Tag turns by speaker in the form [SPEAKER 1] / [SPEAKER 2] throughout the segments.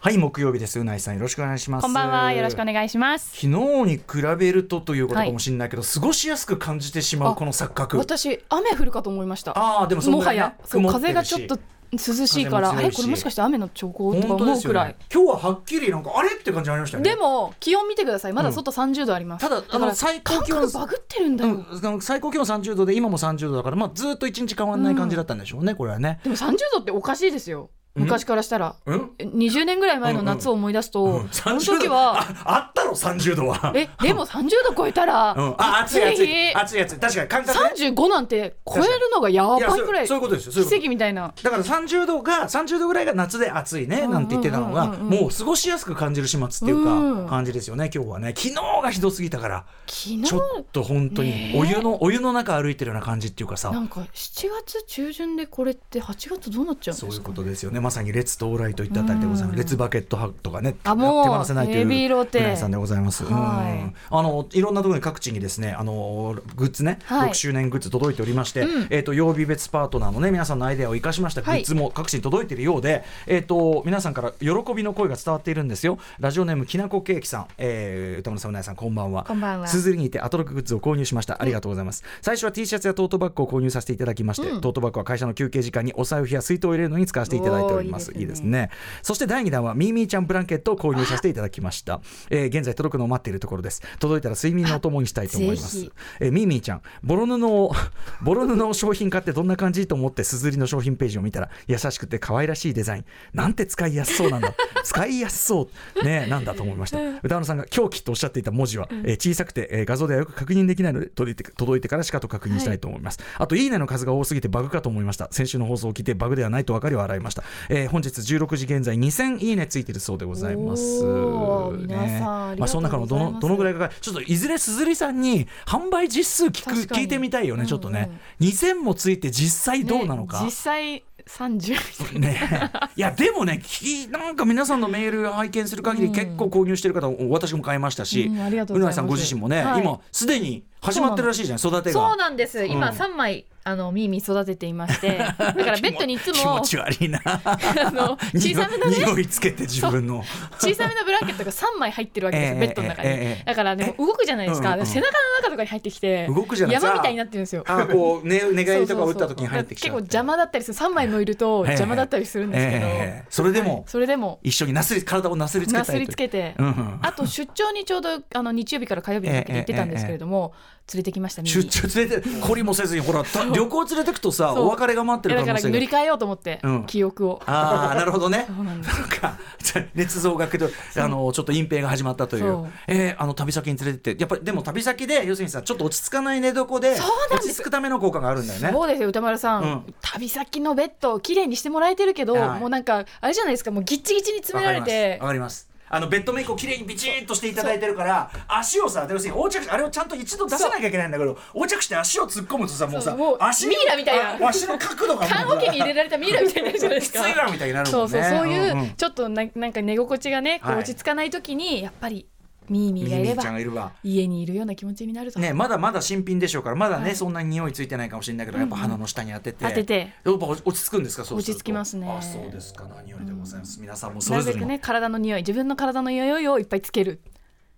[SPEAKER 1] はい木曜日ですうないさんよろしくお願いします
[SPEAKER 2] こんばんはよろしくお願いします
[SPEAKER 1] 昨日に比べるとということかもしれないけど、過ごしやすく感じてしまうこの錯覚
[SPEAKER 2] 私雨降るかと思いました
[SPEAKER 1] ああでもそん
[SPEAKER 2] も
[SPEAKER 1] ぐら
[SPEAKER 2] はい
[SPEAKER 1] ね
[SPEAKER 2] やそう
[SPEAKER 1] 曇て
[SPEAKER 2] 風
[SPEAKER 1] る
[SPEAKER 2] が
[SPEAKER 1] し
[SPEAKER 2] ちょっと涼しいから
[SPEAKER 1] 風も強
[SPEAKER 2] え
[SPEAKER 1] いし
[SPEAKER 2] これもしかして雨の兆候とか
[SPEAKER 1] 本当で
[SPEAKER 2] 思う
[SPEAKER 1] す
[SPEAKER 2] く
[SPEAKER 1] よ
[SPEAKER 2] らい
[SPEAKER 1] ね今日ははっきりなんかあれって感じありましたよね
[SPEAKER 2] でも気温見てくださいまだ外30度あります、
[SPEAKER 1] ただあ
[SPEAKER 2] か
[SPEAKER 1] の
[SPEAKER 2] ら
[SPEAKER 1] 最高気温
[SPEAKER 2] 感覚バグってるんだよ、
[SPEAKER 1] うん最高気温30度で今も30度だから、まあ、ずっと一日変わらない感じだったんでしょうね、これはね。
[SPEAKER 2] でも30度っておかしいですよ
[SPEAKER 1] うん
[SPEAKER 2] 昔からしたら
[SPEAKER 1] うん
[SPEAKER 2] え20年ぐらい前の夏を思い出すと、
[SPEAKER 1] うん
[SPEAKER 2] その
[SPEAKER 1] 30
[SPEAKER 2] 時
[SPEAKER 1] 度
[SPEAKER 2] は
[SPEAKER 1] ああったろ30度は。
[SPEAKER 2] えでも30度超えたら、
[SPEAKER 1] うん、あ暑い暑い
[SPEAKER 2] 日
[SPEAKER 1] 暑い暑い確かに感覚ね、
[SPEAKER 2] 35なんて超えるのがやばい
[SPEAKER 1] いやそう
[SPEAKER 2] くらい
[SPEAKER 1] そういうことですよそういうこと
[SPEAKER 2] 奇跡みたいな
[SPEAKER 1] だから30度が30度ぐらいが夏で暑いねなんて言ってたのが、
[SPEAKER 2] うんうんうんうん
[SPEAKER 1] もう過ごしやすく感じる始末っていうか、
[SPEAKER 2] うん
[SPEAKER 1] 感じですよね今日はね昨日がひどすぎたから
[SPEAKER 2] 昨日
[SPEAKER 1] ちょっと本当に
[SPEAKER 2] ねえ
[SPEAKER 1] お湯の、お湯の中歩いてるような感じっていうかさ
[SPEAKER 2] なんか7月中旬でこれって8月どうなっちゃうんです
[SPEAKER 1] そ
[SPEAKER 2] か
[SPEAKER 1] う
[SPEAKER 2] ね
[SPEAKER 1] いうことですよね。まさに列到来といったあたりでございま
[SPEAKER 2] う
[SPEAKER 1] す。
[SPEAKER 2] ん
[SPEAKER 1] 列バケットハットがね、
[SPEAKER 2] あもう
[SPEAKER 1] 手放せないという。
[SPEAKER 2] ヘビーロテ
[SPEAKER 1] 浦井さんでございます。うん
[SPEAKER 2] はい
[SPEAKER 1] あのいろんなところに各地にですね、あのグッズね、
[SPEAKER 2] はい
[SPEAKER 1] 6周年グッズ届いておりまして、
[SPEAKER 2] うん
[SPEAKER 1] えっ、と曜日別パートナーのね皆さんのアイデアを生かしましたグッズも各地に届いているようで、えっ、と皆さんから喜びの声が伝わっているんですよ。ラジオネームきなこケーキさん、えー、歌丸さんうなやさんこんばんは。
[SPEAKER 2] こんばんは
[SPEAKER 1] すずりにてアトロックグッズを購入しました。ありがとうございます。最初は T シャツやトートバッグを購入させていただきまして、トートバッグは会社の休憩時間にお財布や水筒を入れるのに使わせていただいております。い
[SPEAKER 2] おーい
[SPEAKER 1] いで
[SPEAKER 2] いですす
[SPEAKER 1] ね
[SPEAKER 2] ね
[SPEAKER 1] そして第2弾はミーミーちゃんブランケットを購入させていただきました、えー現在届くのを待っているところです届いたら睡眠のお供にしたいと思いま
[SPEAKER 2] ぜ
[SPEAKER 1] す
[SPEAKER 2] ひ、
[SPEAKER 1] えーミーミーちゃんボロ布を ボロ布を商品買ってどんな感じと思ってすずりの商品ページを見たら優しくて可愛らしいデザインなんて使いやすそう なんだ使いやすそうねえなんだと思いました歌丸さんが狂気とおっしゃっていた文字は、えー小さくて、えー画像ではよく確認できないので届いて届いてからしかと確認したいと思います、あといいねの数が多すぎてバグかと思いました先週の放送を聞いてバグではないと分かり笑いました、えー本日16時現在2000いいねついてるそうでございます
[SPEAKER 2] おー皆さんあり
[SPEAKER 1] まあ
[SPEAKER 2] が
[SPEAKER 1] そ
[SPEAKER 2] と
[SPEAKER 1] の
[SPEAKER 2] うご
[SPEAKER 1] 中
[SPEAKER 2] ざいます
[SPEAKER 1] のどのどのぐらいかちょっといずれすずりさんに販売実数聞
[SPEAKER 2] 確
[SPEAKER 1] く
[SPEAKER 2] かに
[SPEAKER 1] 聞いてみたいよねちょっとね、2000もついて実際どうなのか、
[SPEAKER 2] ね実際30みたいな
[SPEAKER 1] ね、いやでもねきなんか皆さんのメール拝見する限り結構購入してる方、私も買いましたし、
[SPEAKER 2] うんありがとう
[SPEAKER 1] うな
[SPEAKER 2] ございま
[SPEAKER 1] い
[SPEAKER 2] す
[SPEAKER 1] さんご自身もね、
[SPEAKER 2] はい
[SPEAKER 1] 今すでに始まってるらしいじゃない育て
[SPEAKER 2] そう
[SPEAKER 1] が
[SPEAKER 2] なんです今
[SPEAKER 1] うん
[SPEAKER 2] 3枚、あのミーミー育てていまし てだからベッドにいつ
[SPEAKER 1] 気
[SPEAKER 2] も
[SPEAKER 1] 持ち悪 いな
[SPEAKER 2] あの 小さめのね
[SPEAKER 1] 匂い匂いつけて自分の
[SPEAKER 2] 小さめのブランケットが3枚入ってるわけですよ、
[SPEAKER 1] ええ
[SPEAKER 2] ベッドの中に、
[SPEAKER 1] ええええ
[SPEAKER 2] だからでも
[SPEAKER 1] え
[SPEAKER 2] 動くじゃないですか、
[SPEAKER 1] うんうん
[SPEAKER 2] 背中の中とかに入ってきて
[SPEAKER 1] 動くじゃない
[SPEAKER 2] 山みたいになってるんですよ
[SPEAKER 1] あこう、ね、願いとか打った時に
[SPEAKER 2] そうそうそう
[SPEAKER 1] 入ってきちゃう
[SPEAKER 2] 結構邪魔だったりする3枚もいると邪魔だったりするんですけど、
[SPEAKER 1] ええええそれでも、
[SPEAKER 2] それでも
[SPEAKER 1] 一緒になすり体をなすりつけた
[SPEAKER 2] ない
[SPEAKER 1] と
[SPEAKER 2] す
[SPEAKER 1] いう
[SPEAKER 2] りつけて、
[SPEAKER 1] うんうん
[SPEAKER 2] あと出張にちょうどあの日曜日から火曜日にかけて行ってたんですけれども、連れてきましたミニ
[SPEAKER 1] 出張連れて懲りもせずにほらた旅行連れてくとさ
[SPEAKER 2] そう
[SPEAKER 1] お別れが待って
[SPEAKER 2] い
[SPEAKER 1] る
[SPEAKER 2] や
[SPEAKER 1] 可
[SPEAKER 2] だか
[SPEAKER 1] 能
[SPEAKER 2] ら
[SPEAKER 1] 性
[SPEAKER 2] 塗
[SPEAKER 1] が
[SPEAKER 2] り替えようと思って、
[SPEAKER 1] うん
[SPEAKER 2] 記憶を
[SPEAKER 1] ああなるほどね
[SPEAKER 2] そうなんです
[SPEAKER 1] なんかじゃ捏造がけどあのちょっと隠蔽が始まったとい
[SPEAKER 2] そうう
[SPEAKER 1] えーあの旅先に連れてってやっぱりでも旅先で要するにさちょっと落ち着かない寝床で
[SPEAKER 2] そうなんで
[SPEAKER 1] 落
[SPEAKER 2] す
[SPEAKER 1] ち着くための効果があるんだよね
[SPEAKER 2] そうですよ歌丸さん、
[SPEAKER 1] うん
[SPEAKER 2] 旅先のベッドを綺麗にしてもらえてるけど、
[SPEAKER 1] はい
[SPEAKER 2] もうなんかあれじゃないですかもうギッチギチに詰められて
[SPEAKER 1] わかりますわかりますあのベッドメイクをきれいにビチッとしていただいてるから足をさ要するに横着しあれをちゃんと一度出さなきゃいけないんだけど横着して足を突っ込むとさもうさ
[SPEAKER 2] そうもう
[SPEAKER 1] 足の
[SPEAKER 2] ミイラみたいな
[SPEAKER 1] あわしの角度がもうさ
[SPEAKER 2] 缶桶に入れられたミイラみたいになるじゃないで
[SPEAKER 1] き
[SPEAKER 2] す
[SPEAKER 1] つ
[SPEAKER 2] か
[SPEAKER 1] いなみたいになる
[SPEAKER 2] そ
[SPEAKER 1] も
[SPEAKER 2] うん
[SPEAKER 1] ね
[SPEAKER 2] そうそうい
[SPEAKER 1] ん
[SPEAKER 2] うちょっとななんか寝心地がねこう
[SPEAKER 1] はい
[SPEAKER 2] 落ち着かない時にやっぱりミーミーがい
[SPEAKER 1] ミ
[SPEAKER 2] れ
[SPEAKER 1] ミちゃん
[SPEAKER 2] ば
[SPEAKER 1] がいるわ
[SPEAKER 2] 家にいるような気持ちになると、
[SPEAKER 1] ね、まだまだ新品でしょうからまだね、
[SPEAKER 2] はい
[SPEAKER 1] そんなに匂いついてないかもしれないけどやっぱ鼻の下に当てて
[SPEAKER 2] 当てて
[SPEAKER 1] やっぱ落ち着くんですかそうすると
[SPEAKER 2] 落ち着きますね
[SPEAKER 1] あそうですか何よりでございます、皆さんもそ
[SPEAKER 2] な
[SPEAKER 1] れ
[SPEAKER 2] る
[SPEAKER 1] ぞ
[SPEAKER 2] べ
[SPEAKER 1] れ
[SPEAKER 2] く
[SPEAKER 1] の
[SPEAKER 2] ね体の匂い自分の体の匂いをいっぱいつける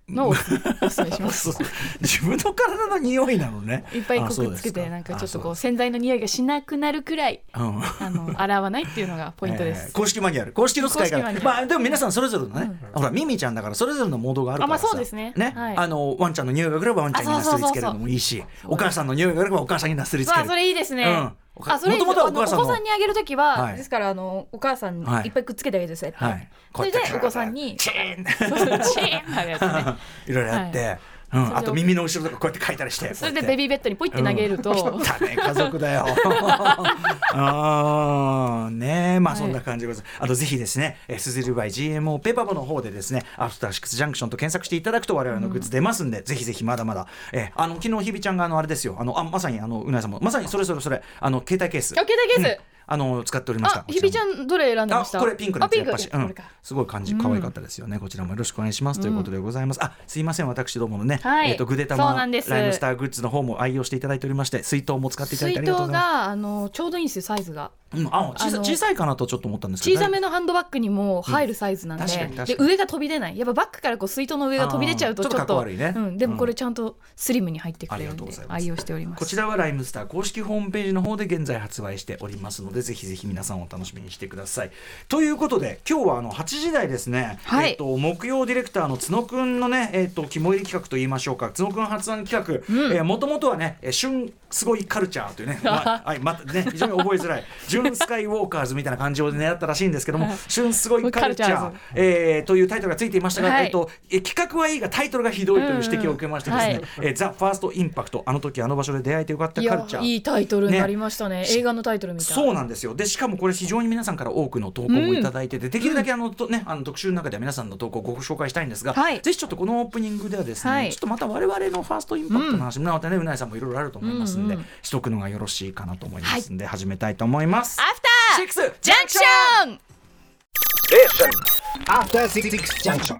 [SPEAKER 2] のを おすおすすめしま
[SPEAKER 1] そう
[SPEAKER 2] す
[SPEAKER 1] そう自分の体の匂いなのね
[SPEAKER 2] いっぱい
[SPEAKER 1] あ
[SPEAKER 2] 濃
[SPEAKER 1] そう
[SPEAKER 2] く
[SPEAKER 1] で
[SPEAKER 2] つ
[SPEAKER 1] す
[SPEAKER 2] けてなんかちょっとこ
[SPEAKER 1] あ
[SPEAKER 2] う洗剤の匂いがしなくなるくらい
[SPEAKER 1] そうですうん
[SPEAKER 2] あの 洗わないっていうのがポイントで
[SPEAKER 1] えー
[SPEAKER 2] す、
[SPEAKER 1] 公式マニュアル公式の使い
[SPEAKER 2] 公式マニュ
[SPEAKER 1] 方
[SPEAKER 2] アル
[SPEAKER 1] まあでも皆さんそれぞれのね、ほらミミちゃんだからそれぞれのモードがあるからさ
[SPEAKER 2] あまあそうですねはい
[SPEAKER 1] あのワンちゃんの匂いがくればワンちゃんになすりつけるのもいいしお母さんの匂いがくればお母さんになすりつけ
[SPEAKER 2] わ
[SPEAKER 1] る
[SPEAKER 2] あそれいいですね、
[SPEAKER 1] うんお母
[SPEAKER 2] あそれいいです
[SPEAKER 1] 元々はお
[SPEAKER 2] あの
[SPEAKER 1] 母さんの
[SPEAKER 2] お子さんにあげるときは、
[SPEAKER 1] はい
[SPEAKER 2] ですからあのお母さんに
[SPEAKER 1] はい
[SPEAKER 2] いっぱいくっつけてあげてください、
[SPEAKER 1] はい
[SPEAKER 2] それでお子さんに
[SPEAKER 1] チーン
[SPEAKER 2] そうそうチーンってなるやつね
[SPEAKER 1] いろいろやって、うん、あと耳の後ろとかこうやって書いたりして
[SPEAKER 2] それで
[SPEAKER 1] ビー
[SPEAKER 2] ベビーベッドにポイって投げると、
[SPEAKER 1] だね家族だ よ あーねえまあそんな感じでございます、あとぜひですねえースズリバイ GMO ペパボの方でですねアフターシックスジャンクションと検索していただくと我々のグッズ出ますんで、ぜひぜひまだまだえーあの昨日ひびちゃんがあのあれですよあのあまさにあのうなえさんもまさにそれそれそれあの携帯ケース
[SPEAKER 2] あ携帯ケース
[SPEAKER 1] うんあの使っておりました
[SPEAKER 2] あひびちゃ
[SPEAKER 1] ん
[SPEAKER 2] んどれ選んでま
[SPEAKER 1] あ
[SPEAKER 2] した
[SPEAKER 1] これピンクのやつやっぱし、
[SPEAKER 2] あ
[SPEAKER 1] う
[SPEAKER 2] ピン
[SPEAKER 1] ん
[SPEAKER 2] クこれか、
[SPEAKER 1] すごい感じ可愛かったですよね、こちらもよろしくお願いします、ということでございますあすいません私どものね、
[SPEAKER 2] はい
[SPEAKER 1] えっ、とグデタ
[SPEAKER 2] そう
[SPEAKER 1] マ
[SPEAKER 2] なんです
[SPEAKER 1] ライムスターグッズの方も愛用していただいておりまして水筒も使っていただい
[SPEAKER 2] 水
[SPEAKER 1] てあり
[SPEAKER 2] 筒
[SPEAKER 1] がとうございます
[SPEAKER 2] があのちょうどいいんですよサイズが
[SPEAKER 1] うん、あ小
[SPEAKER 2] あ
[SPEAKER 1] さ
[SPEAKER 2] の
[SPEAKER 1] 小さいかなとちょっと思ったんですけ
[SPEAKER 2] 小
[SPEAKER 1] ど
[SPEAKER 2] さめのハンドバッグにも入るサイズなんで,、
[SPEAKER 1] うん確かに確
[SPEAKER 2] で
[SPEAKER 1] かに
[SPEAKER 2] 上が飛び出ないやっぱバッグからこう水筒の上が飛び出ちゃうと
[SPEAKER 1] あ
[SPEAKER 2] ち
[SPEAKER 1] ー
[SPEAKER 2] ょっと
[SPEAKER 1] ちょっと格好悪いね
[SPEAKER 2] うん、でもこれちゃんとスリムに入ってくれ
[SPEAKER 1] あり
[SPEAKER 2] る
[SPEAKER 1] が
[SPEAKER 2] ん
[SPEAKER 1] とう
[SPEAKER 2] で
[SPEAKER 1] ございます
[SPEAKER 2] 愛用しております
[SPEAKER 1] こちらはライムスター公式ホームページの方で現在発売しておりますのでぜひぜひ皆さんお楽しみにしてください。ということで今日はあの8時台ですね、
[SPEAKER 2] はい
[SPEAKER 1] えっと木曜ディレクターの角くんのね、えっと肝入り企画と言いましょうか角くん発案企画、
[SPEAKER 2] うん
[SPEAKER 1] えー、もともとはねえー旬すごいカルチャーという ね、まあ、はいまたね非常に覚えづらい旬スカイウォーカーズみたいな感じを狙ったらしいんですけども旬すごいカルチャ
[SPEAKER 2] カ
[SPEAKER 1] ー
[SPEAKER 2] ルチャーズ
[SPEAKER 1] えーというタイトルがついていましたが、
[SPEAKER 2] はい
[SPEAKER 1] えっとえー企画はいいがタイトルがひどいという指摘を受けましてですね、
[SPEAKER 2] うんうんはい
[SPEAKER 1] えー、ザ・ファースト・インパクト、あの時あの場所で出会えてよかった
[SPEAKER 2] い
[SPEAKER 1] カ
[SPEAKER 2] や
[SPEAKER 1] ルチャー。
[SPEAKER 2] いいタイトルになりましたね
[SPEAKER 1] ね
[SPEAKER 2] 映画のタイトルみたい
[SPEAKER 1] そうなんですよでしかもこれ非常に皆さんから多くの投稿もいただいてて、できるだけあの、とね、あの特集の中では皆さんの投稿をご紹介したいんですが、
[SPEAKER 2] はい
[SPEAKER 1] ぜひちょっとこのオープニングではですね、
[SPEAKER 2] はい
[SPEAKER 1] ちょっとまた我々のファーストインパクトの話も、なのでねうなえさんもいろいろあると思いますんで、
[SPEAKER 2] うんうん
[SPEAKER 1] しとくのがよろしいかなと思いますんで、始めたいと思います。
[SPEAKER 2] アフタ
[SPEAKER 1] シックス
[SPEAKER 2] ージャンクション
[SPEAKER 3] After Six Junction.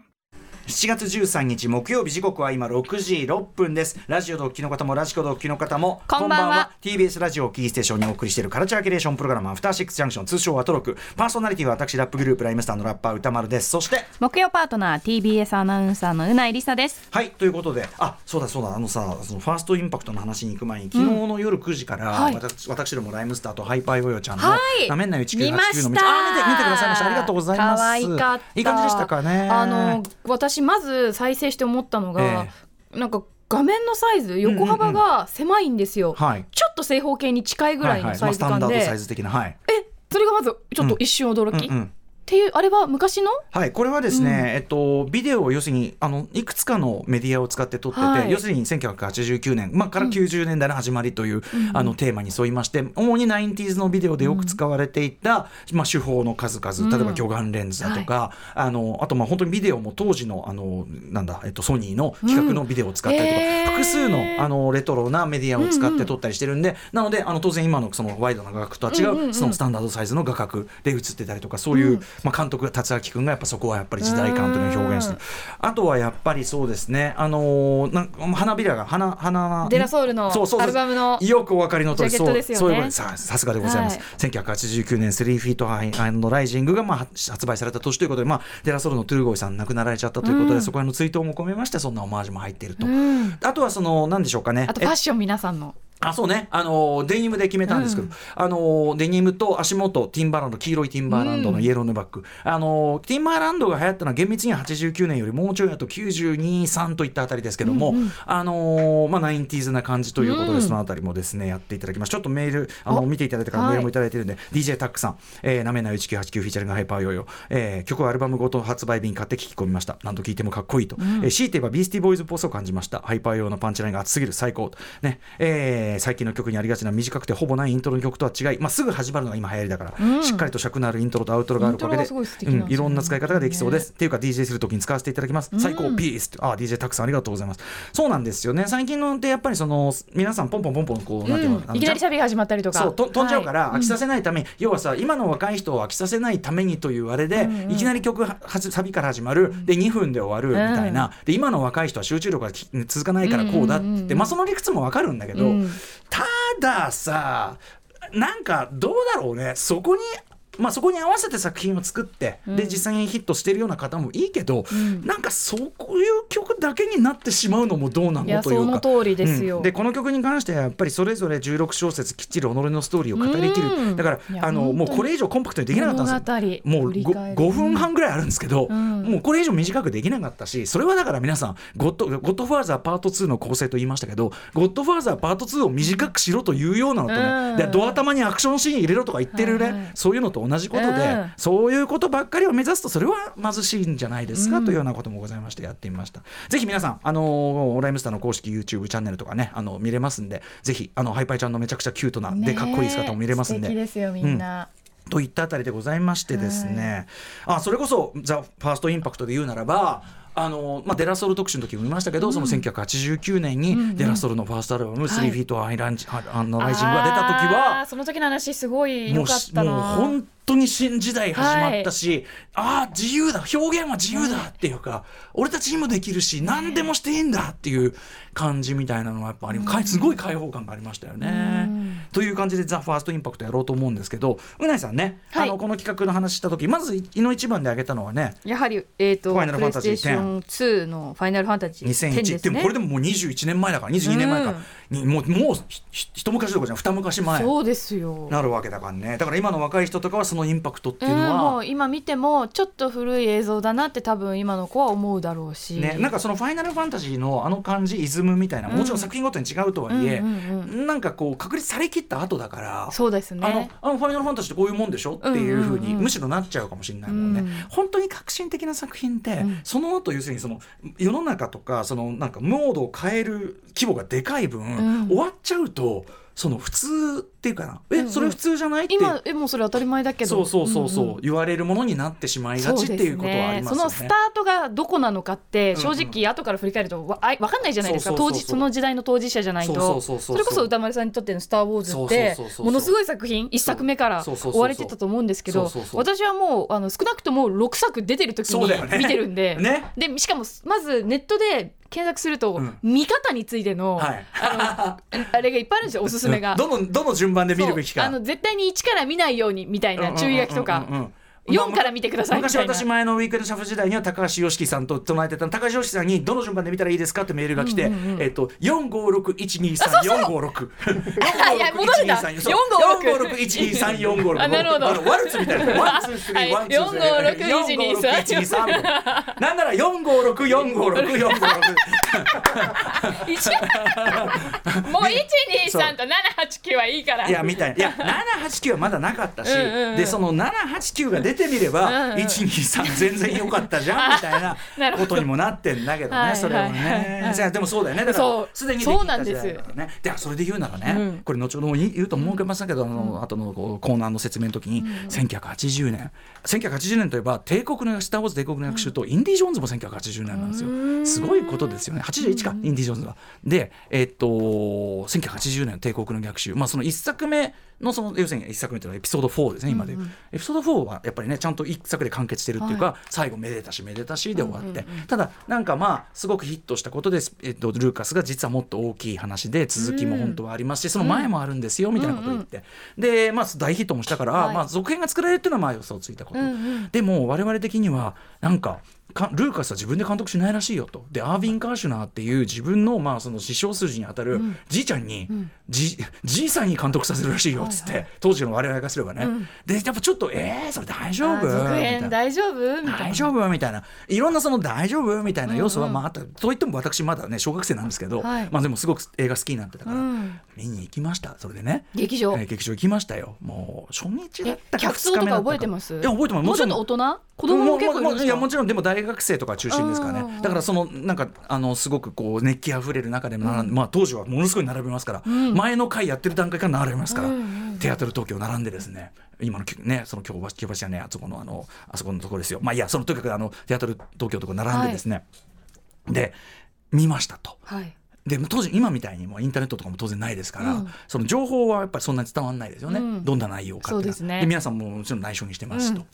[SPEAKER 1] 7月13日木曜日時刻は今6時6分ですラジオでお聞きの方もラジコでお聞きの方も
[SPEAKER 2] こんばんは
[SPEAKER 1] TBS ラジオをキーステーションにお送りしているカルチャーキュレーションプログラムアフターシックスジャンクション通称はトロクパーソナリティは私ラップグループライムスターのラッパー歌丸ですそして
[SPEAKER 2] 木曜パートナー TBS アナウンサーのうないりさです
[SPEAKER 1] はいということであそうだそうだあのさそのファーストインパクトの話に行く前に昨日の夜9時から、
[SPEAKER 2] はい
[SPEAKER 1] 私私どもライムスターとハイパーヨーヨーちゃんの
[SPEAKER 2] はい
[SPEAKER 1] なめんなよ1989
[SPEAKER 2] 見ました
[SPEAKER 1] の道あ見て見てくださいましたありがとうございます
[SPEAKER 2] 可愛かった
[SPEAKER 1] いい感じでしたかね
[SPEAKER 2] あの私まず再生して思ったのが、
[SPEAKER 1] え
[SPEAKER 2] なんか画面のサイズ横幅が狭いんですよ、
[SPEAKER 1] はい
[SPEAKER 2] ちょっと正方形に近いぐらい
[SPEAKER 1] は
[SPEAKER 2] の
[SPEAKER 1] いはいま
[SPEAKER 2] サ
[SPEAKER 1] あ
[SPEAKER 2] イ
[SPEAKER 1] ス
[SPEAKER 2] ズ
[SPEAKER 1] タンダ
[SPEAKER 2] 感で、
[SPEAKER 1] ードサイズ的なはい、
[SPEAKER 2] えそれがまずちょっと一瞬驚き、
[SPEAKER 1] うんうん
[SPEAKER 2] っていうあれは昔の
[SPEAKER 1] はい、これはですね、えっと、ビデオを要するにあのいくつかのメディアを使って撮ってて、
[SPEAKER 2] はい
[SPEAKER 1] 要するに1989年、まあ、から90年代の始まりという、あのテーマに沿いまして主に 90s のビデオでよく使われていた、まあ、手法の数々例えば魚眼レンズだとか、あのあとまあ本当にビデオも当時のあのなんだ、えっと、ソニーの企画のビデオを使ったりとか、
[SPEAKER 2] うんへー
[SPEAKER 1] 複数のあのレトロなメディアを使って撮ったりしてるんで、なのであの当然今のそのワイドな画角とは違う,、
[SPEAKER 2] うんうんうん
[SPEAKER 1] そのスタンダードサイズの画角で映ってたりとかそういう、まあ、監督が達明君がやっぱそこはやっぱり時代感というのを表現してるあとはやっぱりそうですねあのーなんか花びらが花花
[SPEAKER 2] デラソウルの
[SPEAKER 1] そうそうそう
[SPEAKER 2] アルバムの
[SPEAKER 1] よくお分かりの通り
[SPEAKER 2] ジャケットですよね
[SPEAKER 1] そうそういうことですささすがでございます、
[SPEAKER 2] は
[SPEAKER 1] 1989年3フィートハイライジングがまあ発売された年ということで、まあ、デラソウルのトゥルゴイさん亡くなられちゃったということで、
[SPEAKER 2] うん
[SPEAKER 1] そこへの追悼も込めましてそんなオマージュも入っていると、
[SPEAKER 2] うん
[SPEAKER 1] あとはその何でしょうかね
[SPEAKER 2] あとファッション皆さんの
[SPEAKER 1] あそうね、あのデニムで決めたんですけど、
[SPEAKER 2] うん
[SPEAKER 1] あのデニムと足元ティンバーランド黄色いティンバーランドのイエローヌバッグ、あのティンバーランドが流行ったのは厳密には89年よりもうちょいあと923といったあたりですけども、あのまあ 90s な感じということで、
[SPEAKER 2] うん
[SPEAKER 1] そのあたりもですねやっていただきますちょっとメールあの
[SPEAKER 2] お
[SPEAKER 1] 見ていただいてから
[SPEAKER 2] はい
[SPEAKER 1] メールもいただいてるんで、DJ タックさん、えー、なめな1989フィーチャリングハイパーヨーヨー、えー曲はアルバムごと発売日に買って聞き込みました何度聞いてもかっこいいと、えー強いて言えばビースティーボーイズっぽさを感じましたハイパーヨーのパンチラインが熱すぎる最高ね、えー最近の曲にありがちな短くてほぼないイントロの曲とは違い、まあ、すぐ始まるのが今流行りだから、
[SPEAKER 2] うん
[SPEAKER 1] しっかりと尺のあるイントロとアウトロがあるおかげ
[SPEAKER 2] イン
[SPEAKER 1] で
[SPEAKER 2] トロがすごい素敵
[SPEAKER 1] う
[SPEAKER 2] なんですよね
[SPEAKER 1] ん、いろんな使い方ができそうですっていうか DJ するときに使わせていただきます最高、
[SPEAKER 2] うん
[SPEAKER 1] ピースってあ DJ たくさんありがとうございますそうなんですよね最近のってやっぱりその皆さんポンポンポンポンこう、なんていうの
[SPEAKER 2] うん
[SPEAKER 1] あの
[SPEAKER 2] いきなり喋りが始まったりとか
[SPEAKER 1] そうと飛んじゃうから
[SPEAKER 2] は
[SPEAKER 1] 飽
[SPEAKER 2] い
[SPEAKER 1] きさせないために、要はさ今の若い人を飽きさせないためにというあれで、
[SPEAKER 2] うんうん
[SPEAKER 1] いきなり曲ははサビから始まるで2分で終わるみたいな、で今の若い人は集中力がき続かないからこうだって、
[SPEAKER 2] うんうんうん
[SPEAKER 1] まあ、その理屈もわかるんだけど、
[SPEAKER 2] うん
[SPEAKER 1] たださなんかどうだろうねそこに。まあ、そこに合わせて作品を作って、で実際にヒットしてるような方もいいけど、
[SPEAKER 2] ん
[SPEAKER 1] なんかそういう曲だけになってしまうのもどうなの
[SPEAKER 2] いや
[SPEAKER 1] というか
[SPEAKER 2] その通りです
[SPEAKER 1] う
[SPEAKER 2] よ
[SPEAKER 1] んでこの曲に関してはやっぱりそれぞれ16小節きっちり己のストーリーを語りき
[SPEAKER 2] う
[SPEAKER 1] る
[SPEAKER 2] ん
[SPEAKER 1] だか
[SPEAKER 2] い
[SPEAKER 1] ら
[SPEAKER 2] や
[SPEAKER 1] あの
[SPEAKER 2] 本
[SPEAKER 1] もう
[SPEAKER 2] 当に
[SPEAKER 1] これ以上コンパクトにできなかったんですよ
[SPEAKER 2] 物語
[SPEAKER 1] もう
[SPEAKER 2] 振り
[SPEAKER 1] 5,
[SPEAKER 2] 返る
[SPEAKER 1] 分半ぐらいあるんですけど、
[SPEAKER 2] うん
[SPEAKER 1] もうこれ以上短くできなかったしそれはだから皆さん「ゴッドゴッドファーザーパート2」の構成と言いましたけど「ゴッドファーザーパート2」を短くしろというようなのとね、
[SPEAKER 2] うん
[SPEAKER 1] でドア頭にアクションシーン入れろとか言ってるね、
[SPEAKER 2] はいはい
[SPEAKER 1] そういうのと同じことで、
[SPEAKER 2] うん
[SPEAKER 1] そういうことばっかりを目指すとそれは貧しいんじゃないですか、というようなこともございましてやってみましたぜひ皆さんあのーライムスターの公式 YouTube チャンネルとかねあの見れますんでぜひあのハイパイちゃんのめちゃくちゃキュートな、でかっこいい姿も見れますん
[SPEAKER 2] ねえ素敵ですよみんな、
[SPEAKER 1] といったあたりでございましてですね、あそれこそ「ザ・ファーストインパクトで言うならばあの、まあ、デラソル特集の時も言いましたけど、その1989年にデラソルのファーストアルバム「3フィート・アイランジ・アンナライジング」が出た時は
[SPEAKER 2] あーその時の話すごい
[SPEAKER 1] も
[SPEAKER 2] 良
[SPEAKER 1] う
[SPEAKER 2] かっ
[SPEAKER 1] したも
[SPEAKER 2] な
[SPEAKER 1] う本当に新時代始まったし、ああ自由だ表現は自由だっていうか、俺たちにもできるし何でもしていいんだっていう感じみたいなのはやっぱあり、かいすごい開放感がありましたよね。
[SPEAKER 2] うん
[SPEAKER 1] という感じで「ザ・ファーストインパクトやろうと思うんですけどうないさんね、
[SPEAKER 2] はい
[SPEAKER 1] あのこの企画の話した時まずいの一番で挙げたのはね
[SPEAKER 2] やはり、えー、と
[SPEAKER 1] フ
[SPEAKER 2] プ
[SPEAKER 1] ァイナルファ
[SPEAKER 2] レ
[SPEAKER 1] ン
[SPEAKER 2] イ
[SPEAKER 1] タ
[SPEAKER 2] ス
[SPEAKER 1] ジー
[SPEAKER 2] テ
[SPEAKER 1] 10
[SPEAKER 2] ーション2の「ファイナルファンタジー
[SPEAKER 1] 2001
[SPEAKER 2] 10」です
[SPEAKER 1] でも
[SPEAKER 2] ね
[SPEAKER 1] これでももう21年前だから22年前か、にもうもうひひ一昔どころじゃん二昔前
[SPEAKER 2] そうですよ
[SPEAKER 1] なるわけだからねだから今の若い人とかはそのインパクトっていうの
[SPEAKER 2] うん
[SPEAKER 1] は、
[SPEAKER 2] もう今見てもちょっと古い映像だなって多分今の子は思うだろうし、
[SPEAKER 1] ね、なんかその「ファイナルファンタジー」のあの感じイズムみたいなもちろん作品ごとに違うとはいえ、
[SPEAKER 2] うんうんうん
[SPEAKER 1] なんかこう確立されきった後だから。
[SPEAKER 2] そうですね
[SPEAKER 1] あのあのファイナルファンタジーってこういうもんでしょっていうふう
[SPEAKER 2] うん
[SPEAKER 1] に
[SPEAKER 2] うんうん
[SPEAKER 1] むしろなっちゃうかもしれないもんね、
[SPEAKER 2] うん
[SPEAKER 1] 本当に革新的な作品って、
[SPEAKER 2] ん
[SPEAKER 1] その後要するにその世の中とかそのなんかモードを変える規模がでかい分、
[SPEAKER 2] うん
[SPEAKER 1] 終わっちゃうとその普通っていうかな、
[SPEAKER 2] うんう
[SPEAKER 1] え
[SPEAKER 2] ん
[SPEAKER 1] それ普通じゃないって
[SPEAKER 2] 今えもうそれ当たり前だけど
[SPEAKER 1] そうそうそうそう、
[SPEAKER 2] んん
[SPEAKER 1] 言われるものになってしまいが
[SPEAKER 2] そ
[SPEAKER 1] ちっ
[SPEAKER 2] う
[SPEAKER 1] て
[SPEAKER 2] です
[SPEAKER 1] いうことはありますよね。
[SPEAKER 2] そのスタートがどこなのかって正
[SPEAKER 1] う
[SPEAKER 2] 直後から振り返るとわあいわかんないじゃないですか
[SPEAKER 1] そうそう
[SPEAKER 2] 当
[SPEAKER 1] そうそう
[SPEAKER 2] 時その時代の当事者じゃない
[SPEAKER 1] そう
[SPEAKER 2] と
[SPEAKER 1] そうそうそう
[SPEAKER 2] それこそ歌丸さんにとっての「スター・ウォーズ」っ
[SPEAKER 1] そうそうそうそ
[SPEAKER 2] て
[SPEAKER 1] う
[SPEAKER 2] ものすごい作品一作目から
[SPEAKER 1] そうそうそうそう
[SPEAKER 2] 追われてたと思うんですけ
[SPEAKER 1] そ
[SPEAKER 2] ど
[SPEAKER 1] うそうそう
[SPEAKER 2] 私はもうあの少なくとも6作出てる時
[SPEAKER 1] そうだよね
[SPEAKER 2] に見てるんで。
[SPEAKER 1] ね
[SPEAKER 2] でしかもまずネットで検索すると、
[SPEAKER 1] うん
[SPEAKER 2] 見方についての、
[SPEAKER 1] はい、
[SPEAKER 2] あれがいっぱいあるんですよおすすめが。
[SPEAKER 1] どのどの順番で見るべき
[SPEAKER 2] そう
[SPEAKER 1] か
[SPEAKER 2] あの絶対に1から見ないようにみたいな注意書きと
[SPEAKER 1] うんうんうん
[SPEAKER 2] か、
[SPEAKER 1] うん
[SPEAKER 2] 4から見てくださいみ
[SPEAKER 1] 昔
[SPEAKER 2] たいな
[SPEAKER 1] 私前のウィークエンドシャフ時代には高橋良樹さんと唱えてたの高橋良樹さんにどの順番で見たらいいですかってメールが来て、
[SPEAKER 2] うんうんうん
[SPEAKER 1] えっと456123456456
[SPEAKER 2] あいや戻れた
[SPEAKER 1] 45612345
[SPEAKER 2] あなるほど
[SPEAKER 1] あのワルツみたいなワンツースリ
[SPEAKER 2] は
[SPEAKER 1] ー
[SPEAKER 2] い
[SPEAKER 1] ワンツースリー
[SPEAKER 2] 456123
[SPEAKER 1] 456123なんなら456456456456
[SPEAKER 2] もう123と789はいいから
[SPEAKER 1] いやみたいないや789はまだなかったし
[SPEAKER 2] うんうんうん
[SPEAKER 1] でその789が出てみれ
[SPEAKER 2] うん
[SPEAKER 1] ば
[SPEAKER 2] うん
[SPEAKER 1] 123全然良かったじゃんみたい
[SPEAKER 2] な
[SPEAKER 1] な
[SPEAKER 2] る
[SPEAKER 1] こ
[SPEAKER 2] ほど
[SPEAKER 1] とにもなってんだけど
[SPEAKER 2] はい
[SPEAKER 1] ね
[SPEAKER 2] はい
[SPEAKER 1] それは
[SPEAKER 2] はいは
[SPEAKER 1] ね
[SPEAKER 2] い
[SPEAKER 1] じゃあでもそうだよねだか
[SPEAKER 2] そ
[SPEAKER 1] ら
[SPEAKER 2] う
[SPEAKER 1] すでにでき
[SPEAKER 2] そう
[SPEAKER 1] た
[SPEAKER 2] なん
[SPEAKER 1] 時
[SPEAKER 2] です
[SPEAKER 1] 代だからねでそれで言うならね
[SPEAKER 2] うん
[SPEAKER 1] これ後ほど言うと思うけましたけどあの後のこうコーナーの説明の時に1980年1980年といえば帝国のスター・ウォーズ帝国の学習とインディ・ジョーンズも1980年なんですよすごいことですよね81かインディ・ジョーンズは。で、えっと1980年の帝国の逆襲、まあ、その1作目のその要するに1作目というのはエピソード4ですね今でいう、エピソード4はやっぱりねちゃんと1作で完結してるっていうか、最後めでたしめでたしで終わって、ただなんかまあすごくヒットしたことです、えっとルーカスが実はもっと大きい話で続きも本当はありますし、その前もあるんですよみたいなことを言って、で、まあ、大ヒットもしたから、
[SPEAKER 2] はい
[SPEAKER 1] まあ、続編が作られるっていうのはまあ予想ついたこと、
[SPEAKER 2] うんうん
[SPEAKER 1] でも我々的にはなんかかルーカスは自分で監督しないらしいよとでアーヴィン・カーシュナーっていう自分のまあその師匠筋にあたるじいちゃんに、じじいさんに監督させるらしいよっつって、当時の我々がすればね、でやっぱちょっとえー、それ大丈
[SPEAKER 2] あ
[SPEAKER 1] 夫
[SPEAKER 2] 続
[SPEAKER 1] みたいな
[SPEAKER 2] 編大丈夫みたいな
[SPEAKER 1] 大丈夫みたいないろんなその大丈夫みたいな要素はまああった、といっても私まだね小学生なんですけど、
[SPEAKER 2] はい
[SPEAKER 1] まあでもすごく映画好きになってたから、
[SPEAKER 2] うん
[SPEAKER 1] 見に行きましたそれでね
[SPEAKER 2] 劇場
[SPEAKER 1] えー劇場行きましたよもう初日だっ
[SPEAKER 2] え
[SPEAKER 1] たか
[SPEAKER 2] 客
[SPEAKER 1] 2
[SPEAKER 2] 層
[SPEAKER 1] 日
[SPEAKER 2] と
[SPEAKER 1] 目だった
[SPEAKER 2] か
[SPEAKER 1] か
[SPEAKER 2] 覚えてます
[SPEAKER 1] いや覚えてます
[SPEAKER 2] もうち
[SPEAKER 1] ろ
[SPEAKER 2] ょっ
[SPEAKER 1] ん
[SPEAKER 2] と大人子供も結構いるんですか
[SPEAKER 1] いやもちろんでも大学生とか中心ですから
[SPEAKER 2] うんうんう
[SPEAKER 1] ね
[SPEAKER 2] ん
[SPEAKER 1] だからそのなんかあのすごくこう熱気あふれる中でも並んまあ、当時はものすごい並べますから、前の回やってる段階から並べますから、テアトル東京並んでですね今のきねその京橋京橋じゃねえあそこのあのあそこのところですよまあいいやそのとにかくあのテアトル東京とか並んでですね、で見ましたと。
[SPEAKER 2] はい
[SPEAKER 1] で当時今みたいにもうインターネットとかも当然ないですから、
[SPEAKER 2] うん
[SPEAKER 1] その情報はやっぱりそんなに伝わらないですよね、
[SPEAKER 2] うん
[SPEAKER 1] どんな内容かっていのは
[SPEAKER 2] そうですね
[SPEAKER 1] 皆さんももちろん内緒にしてますしと。
[SPEAKER 2] うん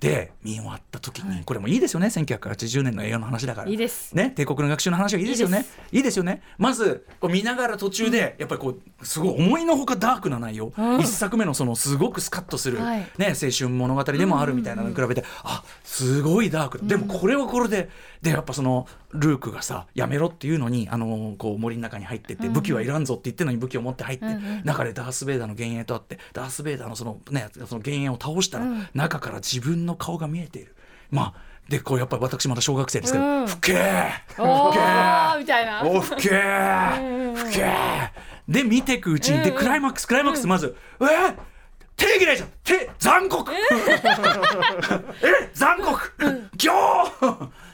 [SPEAKER 1] で見終わった時に、これもいいですよね1980年の映画の話だから
[SPEAKER 2] いいです
[SPEAKER 1] ね、帝国の学習の話はいいですよねい
[SPEAKER 2] い
[SPEAKER 1] い
[SPEAKER 2] い
[SPEAKER 1] で
[SPEAKER 2] です
[SPEAKER 1] よねまずこう見ながら途中で、やっぱりこうすごい思いのほかダークな内容、
[SPEAKER 2] うん
[SPEAKER 1] 一作目のそのすごくスカッとする、
[SPEAKER 2] はい
[SPEAKER 1] ね、青春物語でもあるみたいなのに比べて、あすごいダークだでもこれはこれででやっぱそのルークがさやめろっていうのにあのこう森の中に入ってって、武器はいらんぞって言ってるのに武器を持って入って、
[SPEAKER 2] うんうん
[SPEAKER 1] 中でダース・ベイダーの幻影とあってダース・ベイダーのその,、ね、その幻影を倒したら、中から自分の顔が見えている。まあでこうやっぱり私まだ小学生ですけど「
[SPEAKER 2] うん
[SPEAKER 1] ふけーふ
[SPEAKER 2] お
[SPEAKER 1] けー
[SPEAKER 2] ーみたいな
[SPEAKER 1] おふけーふけーで見ていくうちにでクライマックスクライマックスまず「えー手切れじゃん手残酷 え残酷行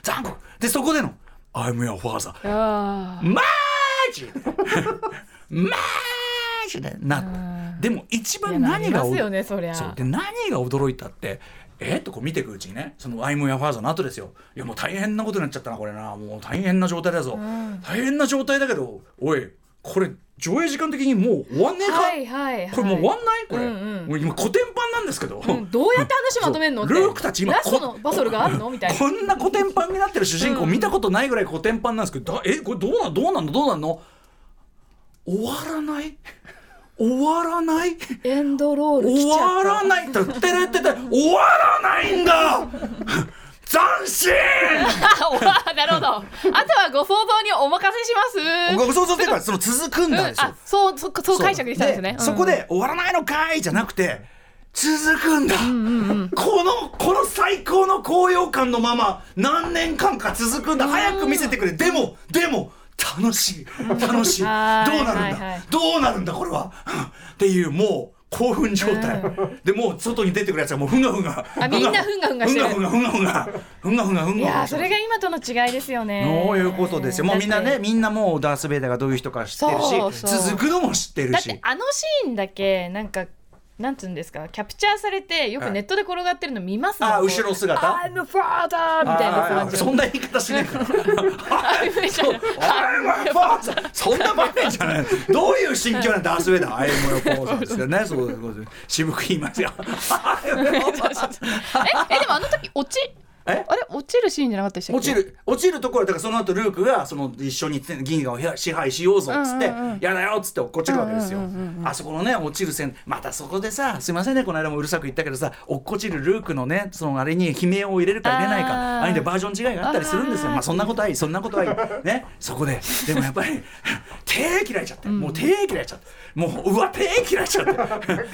[SPEAKER 1] 残酷でそこでの「I'm your father」
[SPEAKER 2] あー
[SPEAKER 1] マジでマジでなってでも一
[SPEAKER 2] い
[SPEAKER 1] 番
[SPEAKER 2] やなり
[SPEAKER 1] 何が
[SPEAKER 2] ます
[SPEAKER 1] お
[SPEAKER 2] よねそりゃ
[SPEAKER 1] そうで何が驚いたってえっとこう見ていくうちにねその「アイム・ヤ・ファーザー」の後ですよいやもう大変なことになっちゃったなこれなもう大変な状態だぞ、大変な状態だけどおいこれ上映時間的にもう終わんねえか、
[SPEAKER 2] はいはいはい
[SPEAKER 1] これもう終わんないこれ、
[SPEAKER 2] うんうん
[SPEAKER 1] もう今古典版なんですけど、
[SPEAKER 2] うんどうやって話まとめんのって
[SPEAKER 1] そうルークたち今
[SPEAKER 2] ラスト
[SPEAKER 1] こ
[SPEAKER 2] のバトルがあるのみたいな
[SPEAKER 1] こんな古典版になってる主人公見たことないぐらい古典版なんですけど、だえこれどうなのどうなのどうなんの終わらない終わらない
[SPEAKER 2] エンドロール来
[SPEAKER 1] 終
[SPEAKER 2] ちゃ
[SPEAKER 1] わ
[SPEAKER 2] っ
[SPEAKER 1] ら
[SPEAKER 2] た。
[SPEAKER 1] ないとてれってて終わらないんだ 斬新
[SPEAKER 2] あわあなるほど。あとはご想像にお任せしま。
[SPEAKER 1] 僕想像してるからその続くんだですしょ
[SPEAKER 2] あ、そうそうそう解釈したんですね。うん
[SPEAKER 1] そこ。で終わらないのかいじゃなくて続くんだ、このこの最高の高揚感のまま何年間か続くんだ、早く見せてくれでもでも楽しい楽しいどうな
[SPEAKER 2] はい
[SPEAKER 1] るんだ、
[SPEAKER 2] はいはい
[SPEAKER 1] どうなるんだこれは っていうもう興奮状態、でもう外に出てくるやつはもうふんがふんが
[SPEAKER 2] あみんなふんがふんがしてる
[SPEAKER 1] ふんがふんがふんがふんがふんがふんがふんがふんが
[SPEAKER 2] いやーそれが今との違いですよね。
[SPEAKER 1] そういうことですよもうみんなねみんなもうダース・ベイダーがどういう人か知ってるし
[SPEAKER 2] そうそう
[SPEAKER 1] 続くのも知ってる
[SPEAKER 2] だっ
[SPEAKER 1] して
[SPEAKER 2] あのシーンだけなんかなんつうんですかキャプチャーされてよくネットで転がってるの見ますもん
[SPEAKER 1] あ後ろ姿
[SPEAKER 2] こう I'm a father みたいな感じ
[SPEAKER 1] そんな言い方しないから。
[SPEAKER 2] そう
[SPEAKER 1] I'm a father そんな場面じゃない。どういう心境なんだ、ダースウェイダー。I am your father ですよね。そういうことです。渋く言いますよ。I'm your father
[SPEAKER 2] ええでもあの時落ちあ
[SPEAKER 1] え
[SPEAKER 2] れ落ちるシーンじゃなかったでしたっ
[SPEAKER 1] 落
[SPEAKER 2] け
[SPEAKER 1] ちる落ちるところだからその後ルークがその一緒に銀河を支配しようぞっつって、
[SPEAKER 2] うんうんうん
[SPEAKER 1] やだよっつって落っこちるわけですよ、あそこのね落ちる線またそこでさすいませんねこの間もうるさく言ったけどさ落っこちるルークのねそのあれに悲鳴を入れるか入れないか
[SPEAKER 2] あー
[SPEAKER 1] あれでバージョン違いがあったりするんですよ
[SPEAKER 2] あー
[SPEAKER 1] まあそんなことはいいそんなことはいいねそこででもやっぱり手切られちゃってもう手切られちゃってもううわ手切られちゃって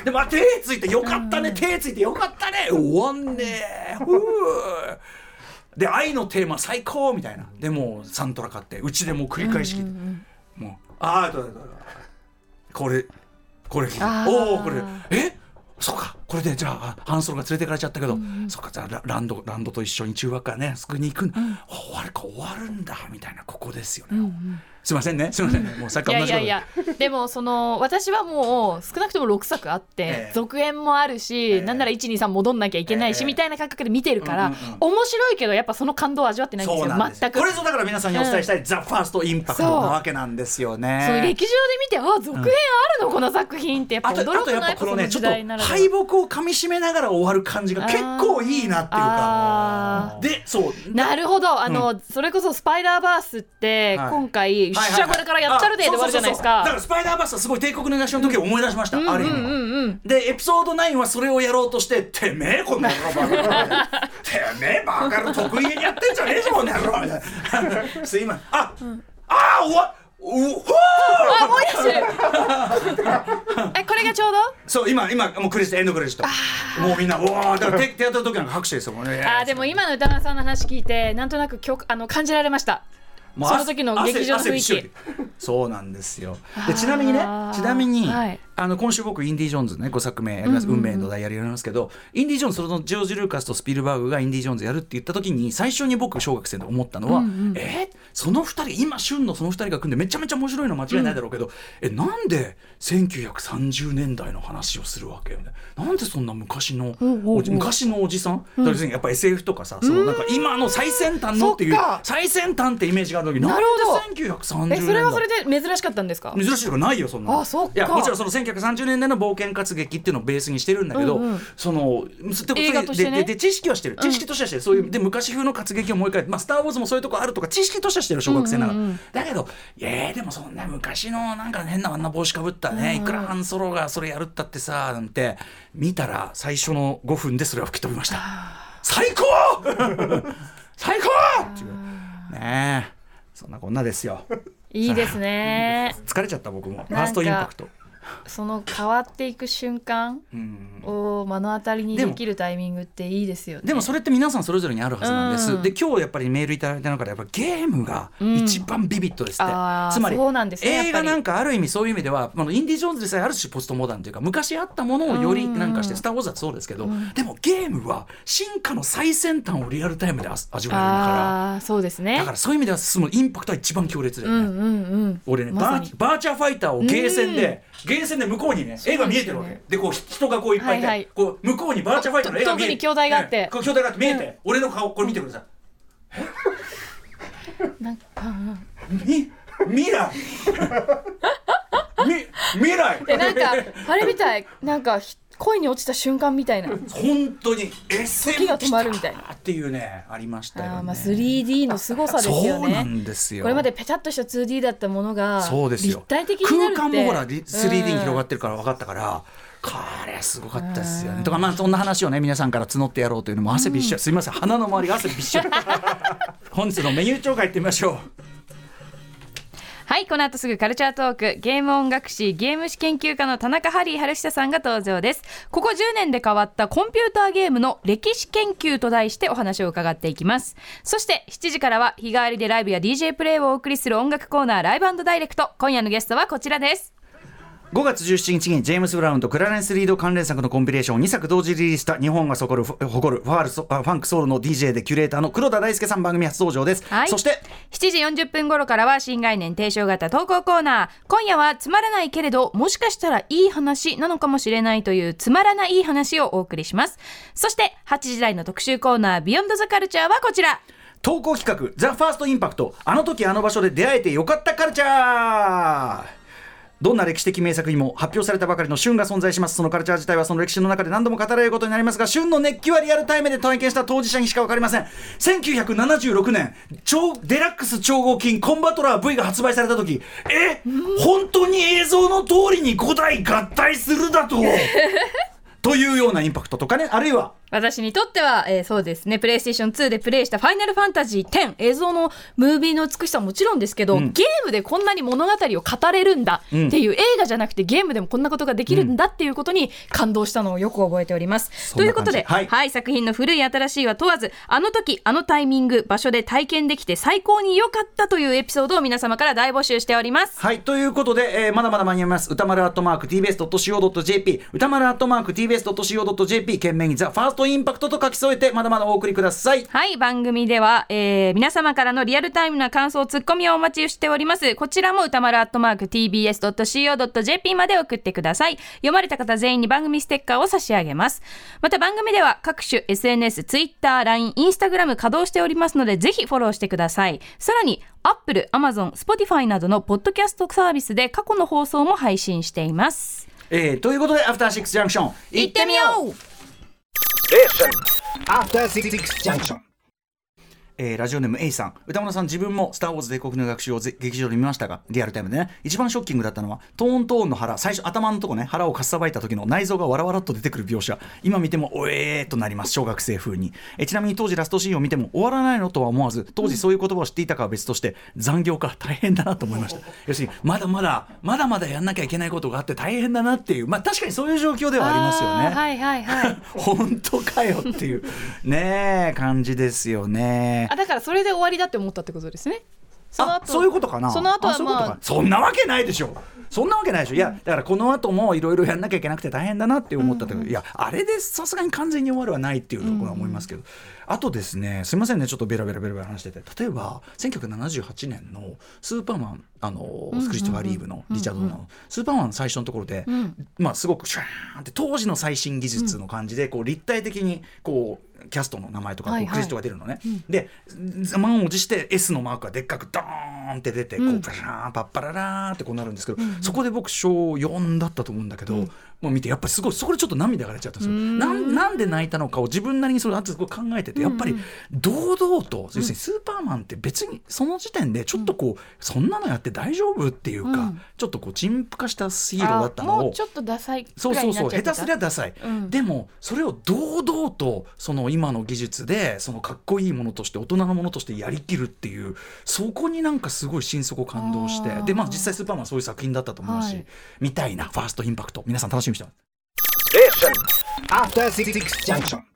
[SPEAKER 1] でまあ手ついてよかったね手ついてよかったね終わんねえふうで愛のテーマ最高みたいなでもうサントラ買ってうちでもう繰り返し聞いて、もうああだだだだこれこれ聞いて
[SPEAKER 2] あー
[SPEAKER 1] おおこれえそっかこれでじゃああハンソロが連れてかれちゃったけど、そっかじゃあラランドランドと一緒に中学からねそこに行くん、終わるか終わるんだみたいなここですよね、すいませんねすいませんね、もうさっきか
[SPEAKER 2] い
[SPEAKER 1] ら
[SPEAKER 2] や
[SPEAKER 1] 同
[SPEAKER 2] い
[SPEAKER 1] じこ
[SPEAKER 2] や
[SPEAKER 1] と
[SPEAKER 2] いやでもその私はもう少なくとも6作あって、
[SPEAKER 1] ええ
[SPEAKER 2] 続編もあるし、
[SPEAKER 1] え
[SPEAKER 2] なんなら123戻んなきゃいけないし、
[SPEAKER 1] ええ
[SPEAKER 2] みたいな感覚で見てるから、
[SPEAKER 1] うんうん
[SPEAKER 2] 面白いけどやっぱその感動を味わってないんです
[SPEAKER 1] そう
[SPEAKER 2] よ
[SPEAKER 1] なんですよ
[SPEAKER 2] 全く
[SPEAKER 1] これぞだから皆さんにお伝えしたい、ザ・ファーストインパクトなわけなんですよね
[SPEAKER 2] そういう歴史上で見てあ続編あるの、この作品ってやっぱ
[SPEAKER 1] あと
[SPEAKER 2] 驚
[SPEAKER 1] あと
[SPEAKER 2] く
[SPEAKER 1] やっ
[SPEAKER 2] のは
[SPEAKER 1] ぱ
[SPEAKER 2] やっぱ
[SPEAKER 1] こ
[SPEAKER 2] そ
[SPEAKER 1] の
[SPEAKER 2] の
[SPEAKER 1] ねちょ
[SPEAKER 2] 時
[SPEAKER 1] っと
[SPEAKER 2] 代ならでは
[SPEAKER 1] 敗北をかみしめながら終わる感じが結構いいなっていうか
[SPEAKER 2] あー
[SPEAKER 1] でそう
[SPEAKER 2] なるほどあの、それこそ「スパイダーバース」って
[SPEAKER 1] はい
[SPEAKER 2] 今回「よっしゃこれからやっちゃるで」で終わるじゃないです
[SPEAKER 1] あそう
[SPEAKER 2] か。
[SPEAKER 1] そうそうだからスパイダーバースはすごい帝国のなしの時を思い出しました、ある意味、
[SPEAKER 2] うんうん
[SPEAKER 1] でエピソード9はそれをやろうとして「てめえこんな野郎バカ野郎」てめえバカ野郎得意げにやってんじゃねえぞこんな野郎」みたいな すいませんあ、あー終わうほー
[SPEAKER 2] あ思い出してるえこれがちょうど
[SPEAKER 1] そう今今もうクレジットエンドクレジットもうみんなうわーだから手手当たる時なんか拍手ですよもうね
[SPEAKER 2] あーでも今の歌川さんの話聞いてなんとなく曲あの感じられました
[SPEAKER 1] もう
[SPEAKER 2] その時の劇場の
[SPEAKER 1] 汗汗
[SPEAKER 2] 雰囲気
[SPEAKER 1] びっしょりそうなんですよでちなみにね
[SPEAKER 2] あー
[SPEAKER 1] ちなみに、
[SPEAKER 2] はい
[SPEAKER 1] あの今週僕インディ・ジョーンズね5作目やります、運命のダイヤルやりますけどインディ・ジョーンズそのジョージ・ルーカスとスピルバーグがインディ・ジョーンズやるって言った時に最初に僕小学生で思ったのは、えーその2人今旬のその2人が組んでめちゃめちゃ面白いの間違いないだろうけど、えなんで1930年代の話をするわけよねなんでそんな昔の
[SPEAKER 2] んうんうん
[SPEAKER 1] おじ昔のおじさん、だから別にやっぱ SF とかさそのなんか今の最先端のっていう
[SPEAKER 2] そっか
[SPEAKER 1] 最先端ってイメージがあるのに
[SPEAKER 2] なるほど
[SPEAKER 1] なんで1930年
[SPEAKER 2] え
[SPEAKER 1] 代
[SPEAKER 2] それはそれで珍しかったんですか
[SPEAKER 1] 珍しいとかないよそんなの
[SPEAKER 2] あそっか
[SPEAKER 1] いやもちろんその1930年代の冒険活劇っていうのをベースにしてるんだけど、
[SPEAKER 2] うんうん
[SPEAKER 1] そのそで
[SPEAKER 2] 映画としてね
[SPEAKER 1] ででで知識はしてる知識としてはしてる、そういうで昔風の活劇をもう一回「まあ、スター・ウォーズ」もそういうとこあるとか知識としてはしてる小学生ながら、
[SPEAKER 2] うんうんうん
[SPEAKER 1] だけどえー、でもそんな昔のなんか変なあんな帽子かぶったね、いくらハンソロがそれやるったってさなんて見たら最初の5分でそれは吹き飛びました最高 最高っていうねえそんなこんなですよ
[SPEAKER 2] いいですね
[SPEAKER 1] 疲れちゃった僕もフ
[SPEAKER 2] か
[SPEAKER 1] ァーストインパクト
[SPEAKER 2] その変わっていく瞬間
[SPEAKER 1] うん
[SPEAKER 2] を目の当たりに
[SPEAKER 1] でも
[SPEAKER 2] できるタイミングっていいですよね
[SPEAKER 1] でもそれって皆さんそれぞれにあるはずなんです、
[SPEAKER 2] うん
[SPEAKER 1] で今日やっぱりメールいただいたのからやっぱゲームが一番ビビッドですって、
[SPEAKER 2] あー
[SPEAKER 1] つまり
[SPEAKER 2] そうなんですねやっぱり
[SPEAKER 1] 映画なんかある意味そういう意味ではあのインディ・ジョーンズでさえある種ポストモダンというか昔あったものをよりなんかして「スター・ウォーズ」はそうですけど、でもゲームは進化の最先端をリアルタイムで味わえるから
[SPEAKER 2] ああーそうですね
[SPEAKER 1] だからそういう意味ではそのインパクトは一番強烈だよ
[SPEAKER 2] う
[SPEAKER 1] ね。
[SPEAKER 2] んうんうん
[SPEAKER 1] 俺ね、
[SPEAKER 2] まさ
[SPEAKER 1] バ
[SPEAKER 2] に
[SPEAKER 1] ーバーチャファイターをゲーセンで、ゲーセンで向こうにね絵が見えてるわけ
[SPEAKER 2] そう
[SPEAKER 1] で,、
[SPEAKER 2] なん
[SPEAKER 1] こう人がこういっぱいいて、
[SPEAKER 2] はいはい
[SPEAKER 1] こう向こうにバーチャファイターの絵が見え
[SPEAKER 2] と特
[SPEAKER 1] て
[SPEAKER 2] に兄弟があって
[SPEAKER 1] うんこう兄弟があって見えて、俺の顔これ見てください
[SPEAKER 2] なんかうん
[SPEAKER 1] み未来み未来
[SPEAKER 2] えなんかあれみたいなんかひ恋に落ちた瞬間みたいな
[SPEAKER 1] 本当に SM
[SPEAKER 2] 時が止まるみたいな
[SPEAKER 1] 来たっていうねありましたよね
[SPEAKER 2] あーまあ 3D の凄さですよ
[SPEAKER 1] そうな
[SPEAKER 2] ね
[SPEAKER 1] んですよ
[SPEAKER 2] これまでペチャッとした 2D だったものが
[SPEAKER 1] そうですよ
[SPEAKER 2] 立体的になる
[SPEAKER 1] 空
[SPEAKER 2] って
[SPEAKER 1] 間もほらり 3D に広が
[SPEAKER 2] っ
[SPEAKER 1] ってるから分かったから、これすごかったですよ
[SPEAKER 2] う
[SPEAKER 1] ね。
[SPEAKER 2] ん
[SPEAKER 1] とかまあそんな話をね皆さんから募ってやろうというのも汗びっしょり、すみません鼻の周りが汗びっ しょり本日のメニュー紹介いってみましょう。
[SPEAKER 4] はいこの後すぐカルチャートークゲーム音楽史ゲーム史研究家の田中ハリー春久さんが登場ですここ10年で変わったコンピューターゲームの歴史研究と題してお話を伺っていきますそして7時からは日替わりでライブや DJ プレイをお送りする音楽コーナーライブダイレクト今夜のゲストはこちらです
[SPEAKER 1] 5月17日にジェームス・ブラウンとクラレンス・リード関連作のコンピレーションを2作同時リリースした日本が誇る誇るファールソあファンクソウルの DJ でキュレーターの黒田大輔さん番組初登場です、
[SPEAKER 4] はい
[SPEAKER 1] そして
[SPEAKER 4] 7時40分頃からは新概念提唱型投稿コーナー今夜はつまらないけれどもしかしたらいい話なのかもしれないというつまらない話をお送りしますそして8時台の特集コーナービヨンドザカルチャーはこちら
[SPEAKER 1] 投稿企画「ザ・ファーストインパクトあの時あの場所で出会えてよかったカルチャー」どんな歴史的名作にも発表されたばかりの旬が存在しますそのカルチャー自体はその歴史の中で何度も語られることになりますが旬の熱気はリアルタイムで体験した当事者にしか分かりません1976年超デラックス超合金コンバトラー V が発売された時え本当に映像の通りに5台合体する だとというようなインパクトとかねあるいは
[SPEAKER 4] 私にとっては、えーそうですねプレイステーション2でプレイした「ファイナルファンタジー10」映像のムービーの美しさはもちろんですけど、ゲームでこんなに物語を語れるんだっていう、映画じゃなくてゲームでもこんなことができるんだっていうことに感動したのをよく覚えております。
[SPEAKER 1] そ
[SPEAKER 4] と
[SPEAKER 1] ん
[SPEAKER 4] い
[SPEAKER 1] な
[SPEAKER 4] うこ
[SPEAKER 1] 感
[SPEAKER 4] と
[SPEAKER 1] じ
[SPEAKER 4] で、
[SPEAKER 1] はい
[SPEAKER 4] はい、作品の古い新しいは問わずあの時あのタイミング場所で体験できて最高に良かったというエピソードを皆様から大募集しております。
[SPEAKER 1] はい、ということで、えーまだまだ間に合います。歌丸アットマーク tbs.co.jp、歌丸アットマーク tbs.co.jp、懸命にザ・ファーストインパクトと書き添えて、まだまだお送りください。
[SPEAKER 4] はい、番組では、えー皆様からのリアルタイムな感想、ツッコミをお待ちしております。こちらも歌丸アットマーク tbs.co.jp まで送ってください。読まれた方全員に番組ステッカーを差し上げます。また番組では各種 SNS、Twitter、LINE、Instagram 稼働しておりますので、ぜひフォローしてください。さらに、Apple、Amazon、Spotify などのポッドキャストサービスで過去の放送も配信しています。
[SPEAKER 1] えーということで、アフターシックスジャンクション、
[SPEAKER 4] いってみよう
[SPEAKER 3] After Six Junction.
[SPEAKER 1] えーラジオネーム A さん歌村さん自分も「スター・ウォーズ帝国の学習」をぜ劇場で見ましたがリアルタイムでね一番ショッキングだったのはトーントーンの腹最初頭のとこね腹をかっさばいた時の内臓がわらわらっと出てくる描写今見てもおえーとなります小学生風に、えーちなみに当時ラストシーンを見ても終わらないのとは思わず当時そういう言葉を知っていたかは別として残業か大変だなと思いました要するにまだまだまだまだやんなきゃいけないことがあって大変だなっていうまあ確かにそういう状況ではありますよね。
[SPEAKER 2] はいはいはい
[SPEAKER 1] 本当かよっていうねえ感じですよね
[SPEAKER 2] あ。だからそれで終わりだって思ったってことですねその
[SPEAKER 1] あ
[SPEAKER 2] 後
[SPEAKER 1] そういうことかな
[SPEAKER 2] その後は
[SPEAKER 1] そういうこと
[SPEAKER 2] ま
[SPEAKER 1] か
[SPEAKER 2] あ
[SPEAKER 1] そんなわけないでしょそんなわけないでしょいやだからこの後もいろいろやんなきゃいけなくて大変だなって思ったとき、いやあれでさすがに完全に終わるはないっていうのは思いますけど、あとですねすいませんねちょっとベラベラベラベラ話してて例えば1978年の「スーパーマン」あのクリストファー・リーブのリチャードの、スーパーマン」最初のところで、まあすごくシャーンって当時の最新技術の感じでこう立体的にこうキャストの名前とかこう
[SPEAKER 2] はいはい
[SPEAKER 1] クリストが出るのね、で満を持して S のマークがでっかくドーンって出てこうパシャーンパッパララーってこうなるんですけど、そこで僕小4だったと思うんだけど、もう見てやっぱりすごいそこでちょっと涙が出ちゃったんですよなんなんで泣いたのかを自分なりにそれ後でこう考えててやっぱり堂々と、要するにスーパーマンって別にその時点でちょっとこう、そんなのやって大丈夫っていうか、ちょっとこう陳腐化したヒーローだったのを
[SPEAKER 2] もうちょっとダサいく
[SPEAKER 1] そう
[SPEAKER 2] らい
[SPEAKER 1] そう
[SPEAKER 2] にな
[SPEAKER 1] そ
[SPEAKER 2] っ
[SPEAKER 1] う
[SPEAKER 2] ちゃっ
[SPEAKER 1] 下手
[SPEAKER 2] てた
[SPEAKER 1] すりゃダサい、
[SPEAKER 2] うん
[SPEAKER 1] でもそれを堂々とその今の技術でそのかっこいいものとして大人のものとしてやりきるっていうそこになんかすごい心底感動して
[SPEAKER 2] あー
[SPEAKER 1] でまあ実際スーパーマンはそういう作品だったと思うし、
[SPEAKER 2] はい
[SPEAKER 1] みたいなファーストインパクト皆さん楽しみにしてます
[SPEAKER 3] After Six Junction.